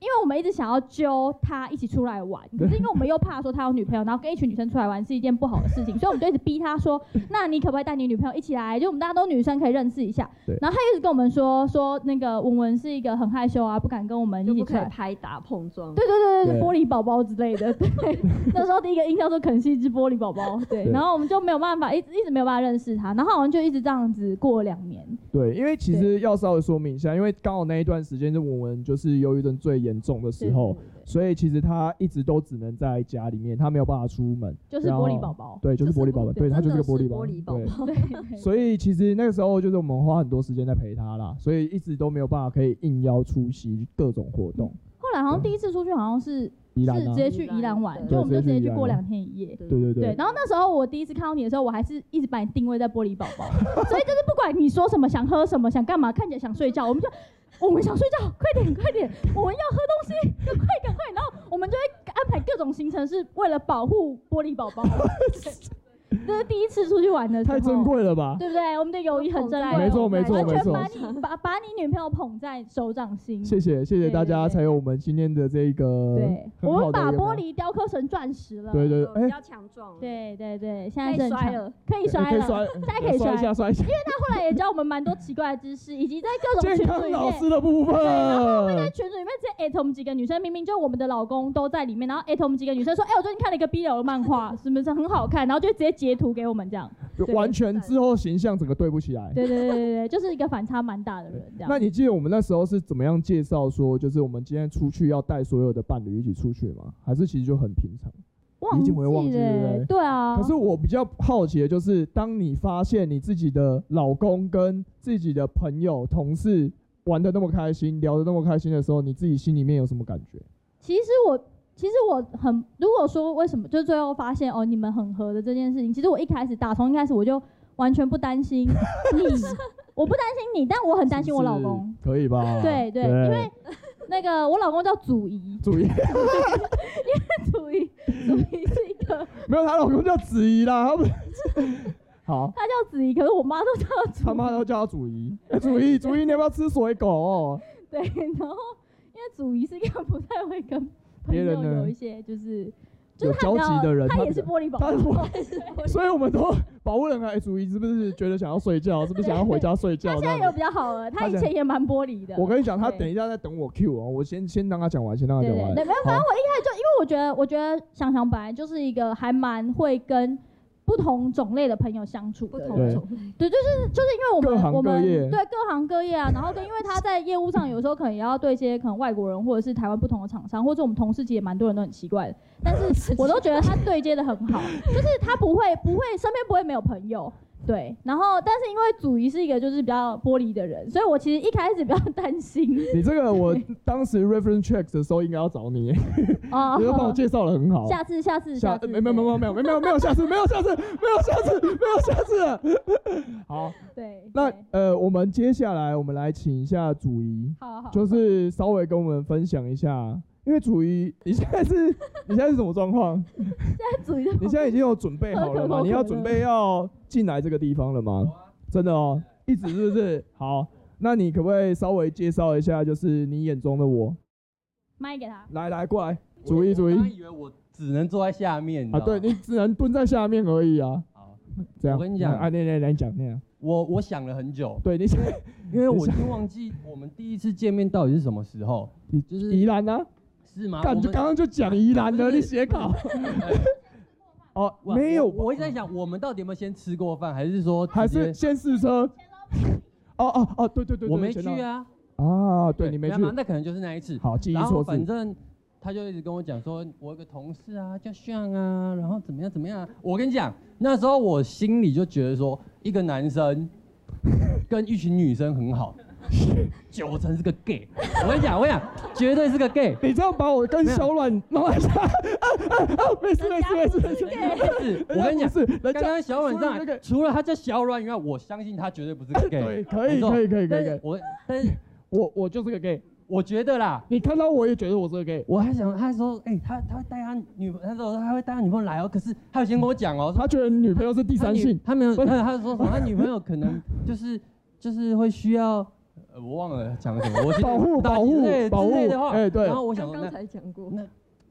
因为我们一直想要揪他一起出来玩，可是因为我们又怕说他有女朋友，然后跟一群女生出来玩是一件不好的事情，所以我们就一直逼他说，那你可不可以带你女朋友一起来？就我们大家都女生，可以认识一下
对。
然后他一直跟我们说说那个文文是一个很害羞啊，不敢跟我们
就
一
不
起
可
出
以
来。
拍打碰撞。
对对对对，
对
玻璃宝宝之类的。对，那时候第一个印象说可能是一只玻璃宝宝。对，
对
然后我们就没有办法，一直一直没有办法认识他，然后好像就一直这样子过了两年。
对，因为其实要稍微说明一下，因为刚好那一段时间是我们就是忧郁症最严重的时候，所以其实他一直都只能在家里面，他没有办法出门。
就是玻璃宝宝。
对，就是
就是
玻璃宝宝，
对
对，他就是
真
个
的
玻璃
是
宝
玻璃宝
对，
宝。
对，
所以其实那个时候就是我们花很多时间在陪他啦，所以一直都没有办法可以应邀出席各种活动。
后来好像第一次出去好像是
依然
是直
啊，
接去宜兰玩，
对
就我们就直接
直接去宜
去
兰
过
玩
两天一夜。
对对
对，
对，
然后那时候我第一次看到你的时候，我还是一直把你定位在玻璃宝宝， 所以就是不管你说什么，想喝什么，想干嘛，看起来想睡觉，我们就我们想睡觉，快点快点，我们要喝东西，赶快赶快，然后我们就会安排各种行程，是为了保护玻 璃宝宝。对这是第一次出去玩的时候，
太珍贵了吧？
对不对？我们的友谊很珍贵，
没错
对
没错
完
没
全
错
把，你把把你女朋友捧在手掌心。
谢谢谢谢大家，
对对对
才有我们今天的这个
对，
很
我
好的
们把
一个
玻璃雕刻成钻石了。
对对
就
对，
比
哎，
较强壮。，
对对对，
可
现在
以
是很
摔
强，
了。
可以
哎
摔
可以
了。
摔，
大家可以
摔一
摔
下摔一下，
后来也教我们蛮多奇怪的知识，以及在各种
健
群组
康
里
老
面。
师的部分。
在群组里面直接艾特我们几个女生，明明就我们的老公都在里面，然后艾特我们几个女生说：“哎、我最近看了一个 BL 漫画，是不是很好看？”然后就直接截图给我们这样。
就
对
完全之后形象整个对不起来。
对对对对对，就是一个反差蛮大的人这样。
那你记得我们那时候是怎么样介绍说，就是我们今天出去要带所有的伴侣一起出去吗？还是其实就很平常？
忘
已
记
经不会忘记对不
了
对，
对啊。
可是我比较好奇的就是，当你发现你自己的老公跟自己的朋友、同事玩的那么开心，聊得那么开心的时候，你自己心里面有什么感觉？
其实我其实我很，如果说为什么，就最后发现哦，你们很合的这件事情，其实我一开始打从一开始我就完全不担心你，我不担心你，但我很担心我老公。
是不是，可以吧？，
对对，因为那个我老公叫祖仪
注意，
祖仪祖仪是一个，
没有她老公叫子怡啦，她不是好，
他叫子仪，可是我妈都叫他祖
他妈都叫她祖怡，哎祖怡，祖怡，你要不要吃水果、哦
对，然后因为祖仪是一个不太会跟朋
别人
友
呢
有一些就是。就
有
是他
交
比较
集的人，
他也
比
是
较
玻璃宝
他
宝，
是玻
他
所以我们都保护人啊，哎，祖怡是不是觉得想要睡觉？是不是想要回家睡 觉？
现
这
在有
样
比较好了，他
他
以
现在
前也蛮玻璃的。
我跟你讲，他
对
等一下在等我 Q 哦，我先先让他讲完，先让他
对
讲
对
完。
对，没有，反正我一开始就因为我觉得，我觉得想想本来就是一个还蛮会跟不同种类的朋友相处
不
的人，
同种类。
对，就是就是因为我们
各行
我们
各业
对各行各业啊，然后跟因为他在业务上有时候可能也要对一些可能外国人或者是台湾不同的厂商，或者我们同事其实也蛮多人都很奇怪的，但 是我都觉得他对接的很好，就是他不会不会身边不会没有朋友。对，然后但是因为祖仪是一个就是比较玻璃的人，所以我其实一开始比较担心
你这个我当时 reference check 的时候应该要找你，你
啊，
都帮我介绍的很好。
下次下次
下
次
没没没没没有没有没有没有下次没有下次没有下次没有下次了。 好，
对，
那
对
呃，我们接下来我们来请一下祖仪，
好好，
就是稍微跟我们分享一下，因为祖仪你现在是 你现在是什么状况？
主
你现在已经有准备好了吗？
喝可口可乐
你要准备要进来这个地方了吗？真的哦，一直是不是？好，那你可不可以稍微介绍一下，就是你眼中的我？
卖给他，
来来，过来，注意注意
我刚以为我只能坐在下面你知
啊！
道吗
对你只能蹲在下面而已啊。
好，
这样，
我跟你讲
啊，那那来讲那样，
我我想了很久，
对你想
因为我已经忘记我们第一次见面到底是什么时候，就是
宜兰呢？
是吗？
感
啊我
觉
们
刚刚就讲宜兰的，
不是
你写稿哦，
哇
没有，
我我一直在想，我们到底有没有先吃过饭，还是说
还
直
是
接
先试车。哦哦哦，对对对，对
我没
前
去
两
啊？
啊，对你没去
那，那可能就是那一次。
好，记忆
然后
错字
反。正他就一直跟我讲说，我有个同事啊叫像啊，然后怎么样怎么样啊、我跟你讲，那时 候我心里就觉得说，一个男生跟一群女生很好，九成是个 gay。我跟你讲，我跟你讲，绝对是个 gay。
你这样把我跟小软弄一下， 啊啊啊！没事没事没事没事，哎
不是，我跟你讲，
是，人
刚刚小软
说的那
上
个
除了他叫小软以外，我相信他绝对不是个 gay。
对，可以
没错
可以可以可
但
以可
是
以，
我，但是
我我就是个 gay，
我觉得啦，
你看到我也觉得我是个 gay，
我还想，他还说，哎、他他会带他女，他说他会带他女朋友来哦，可是他有先跟我讲哦，
他觉得女朋友是第
第
三性，
他没有，
不
他
是
他说什么，他女朋友可 能就是就是会需要，呃，我忘了讲了什么，我觉得
保护
大
保护
之类的
保护
之类的话，
哎对
然后我想
刚
说
刚
那
才讲过，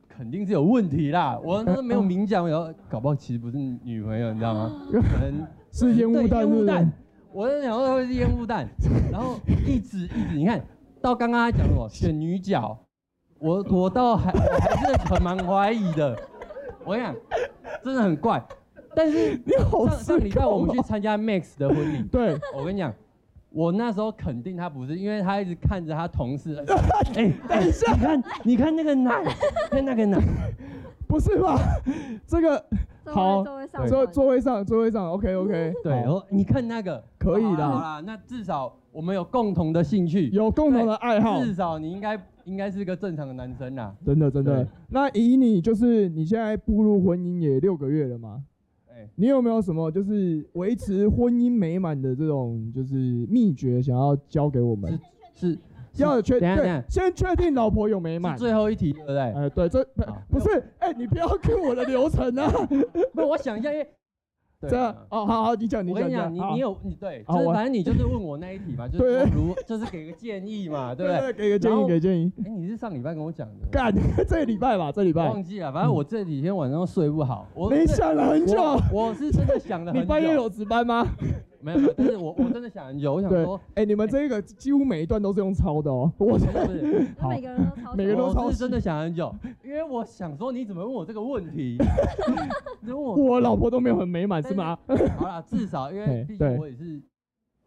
肯定是有问题啦，我那时候没有明讲，然后搞不好其实不是女朋友，你知道吗？ 可能
是烟雾弹，
对烟雾
是
弹，我在想说会是烟雾 弹，然后一直一直，你看到刚刚他讲什么选女角， 我我到还我还是很蛮怀疑的，我跟你讲，真的很怪。但是
不是你好啊哦
上上礼拜我们去参加 Max 的婚礼，
对，
我跟你讲，我那时候肯定他不是，因为他一直看着他 同事，哎、哎
等一下
你看你看那个奶， 看那个奶，
不是吧？ 这个
座
好
位座位上
座
传
座位上座位上，OK OK，
对，然后你看那个
可以
好啊啦好
啦，
啦，那至少我们有共同的兴趣，
有共同的爱好，
至少你应该应该是个正常的男生啊啦。
真的真的
对。
那以你就是你现在步入婚姻也六个月了嘛？
哎，
你有没有什么就是维持婚姻美满的这种就是秘诀，想要教给我们？
是是
要确
等一下等
对
一，
先确定老婆有美满。
最后一题，对不对？
哎，对，这不
好
不是，哎，你不要跟我的流程啊，
不，我想一下，因为对嗯
这样哦，好好，你讲，你
我跟
讲，
你讲，你
好
你有你对，
好
就是
我
反正你就是问我那一题嘛，就
对
是如就是给个建议嘛，对不
对，
对？
给个建
然
议，
后
给建议。
哎，你是上礼拜跟我讲的，
干， 这礼拜吧，这礼
我
拜
忘记了，反正我这几天晚上都睡不好，我
你嗯想了很久，
我我是真的想了
你
很
半夜有
久，
值班 吗？
没有，没有但是我我真的想很久，我想
对
说，，
哎，你们这个几乎每一段都是用抄的哦，我
不是不是。
好
每个人都超
每个人都超
我是
时
真的想很久，因为我想说你怎么问我这个问题？你问 我
我老婆都没有很美满是吗？
好啦，至少因
对
为毕
对
竟我也是，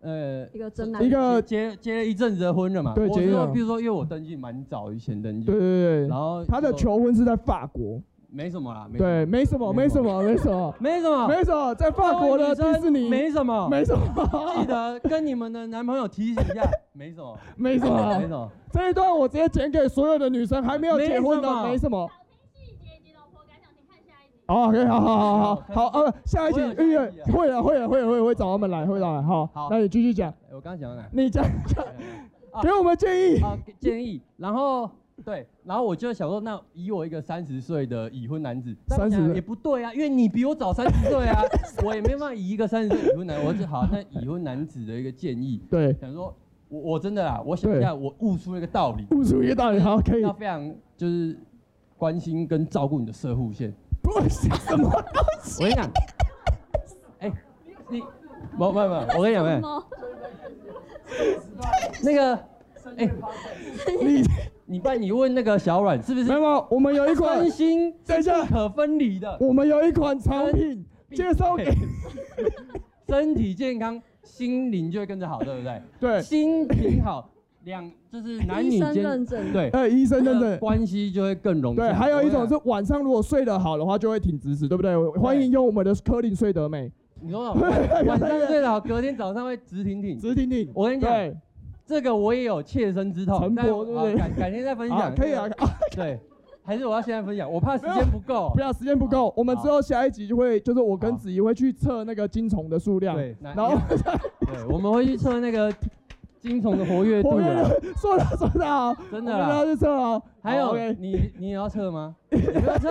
呃，
一个真男
一
人，
个
结结了一阵子的婚了嘛。
对
我
结
是
了
说，比如说，因为我登记蛮早以前登记，
对对对
然，后
他的
就
求婚是在法国，
没什么啦，没什么
对，，没什么，没
没
什
什
么，没什么，
没什么，
没什么，在法国的
各位女
迪
生
士尼，
没什么，
没什
记
么，
得跟你们的男朋友提醒一下，没什么，
没什
没
么。
什么，
这一段我直接剪给所有的女生还没有结婚的，没
没
什么。好，OK，好哦好好好好，呃，下一集
我有下一
预约
集啊
会了，会了，会了，会了会找他们来，会找他们来。好
好，
那你继续讲，
哎我刚刚讲到哪？
你讲，
啊
给我们建议。
啊，给建议，然后对，然后我就想说，那以我一个三十岁的已婚男子，这样
30
讲
岁
也不对啊，因为你比我早三十岁啊， 我也没办法以一个三十岁已婚男，我就好，那已婚男子的一个建议，
对，
想说，我我真的啦，我想一下，我悟出了一个道理，
悟出一个道理，好，可以
要。非常就是关心跟照顾你的射护线。
不是什么，
我跟你讲，哎，你，没没没，我
哎
跟你讲，没有
猫
那个，哎，你你爸，你问那个小阮是不
没
是？
有，我们有一款
关，心
等一下
不，可分离的。
我们有一款产品介绍给
身体健康，心灵就会跟着好，对不对？
对，
心情好，两就是男女
医生认
间
证，
对
呃，医生
这
等
个
等，
关系就会更融洽。啊
对，还有一
我
种
跟
是晚上如果睡得好的话，就会挺直直，对不对？欢迎用我们的科林睡得美，
你说什么晚上睡得好，隔天早上会直挺挺。
直挺挺。
我跟你讲，
对，
这个我也有切身之痛
陈，
但
伯对不对
我改改天再分
啊，
享。
可以啊，啊
对，还是我要现在分享，我怕时间不够
不。要时间不够
好，
我们之后下一集就会，就是我跟
好
子怡会去测那个金虫的数量，
对，
然
然
后
后对，我们会去测那个精虫的活跃
我
度啦，
们说的说的好，我
真的
们要
啦。
去测哦。
还有
OK
你，你也要测吗？你不要测。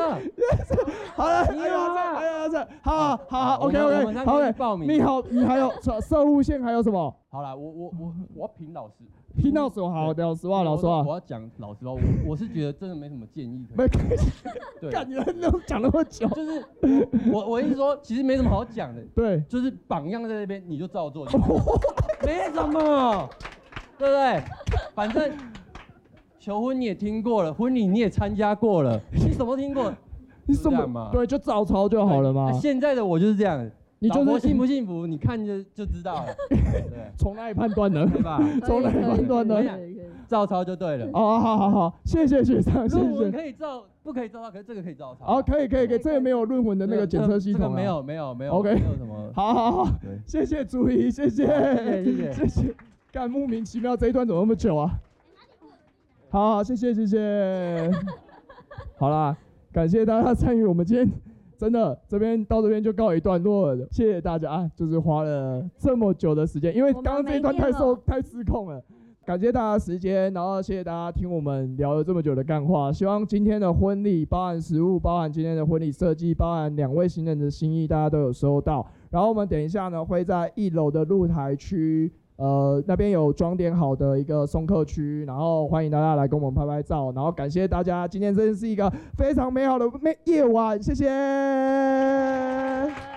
好了，
你
还有
有
这，
啊
还有这，好啊好好
我
，OK
们我们
OK，
上
好
面去
OK。
报名。
你好，你还有射射物线还有什么？
好啦，我我我我要评老师。
听到手好，老实哦话，老实话
我，我要讲老实话，我我是觉得真的没什么建议可
没
以。
感
对，
觉那种讲那么久，
就是我我一说，其实没什么好讲的，
对，
就是榜样在那边，你就照做，就 好没什么，对不对？反正求婚你也听过了，婚礼你也参加过了，你什么都听
啊
过？
你什
就这样哎
么
嘛
对就照抄就好了嘛
那。现在的我就是这样，
你
老
就
婆
是
幸不幸福，你看就就知道了，对，
从哪里判断的？
对吧？
从哪
可以
里判断
可
的
以？可以可以可以
照抄就对了。
哦，好好好，谢谢学长， 谢
论文
谢。
可以照，不可以照抄，可是这个可以照抄。
好，可以可以可以，这个没有论文的那个检测系
这个
统啊
没。有没有没有
OK
没有什么。
好好好，
对
谢谢朱怡，谢谢
谢谢谢谢
谢谢。干莫名其妙这一段怎么那么久啊？好好，谢谢谢谢。好啦，感谢大家参与我们今天。真的，这边到这边就告一段落了，谢谢大家啊！就是花了这么久的时间，因为刚刚这一段太受太失控了，感谢大家的时间，然后谢谢大家听我们聊了这么久的干话。希望今天的婚礼，包含食物，包含今天的婚礼设计，包含两位新人的心意，大家都有收到。然后我们等一下呢，会在一楼的露台区，呃，那边有装点好的一个送客区，然后欢迎大家来跟我们拍拍照。然后感谢大家，今天真是一个非常美好的夜晚，谢谢。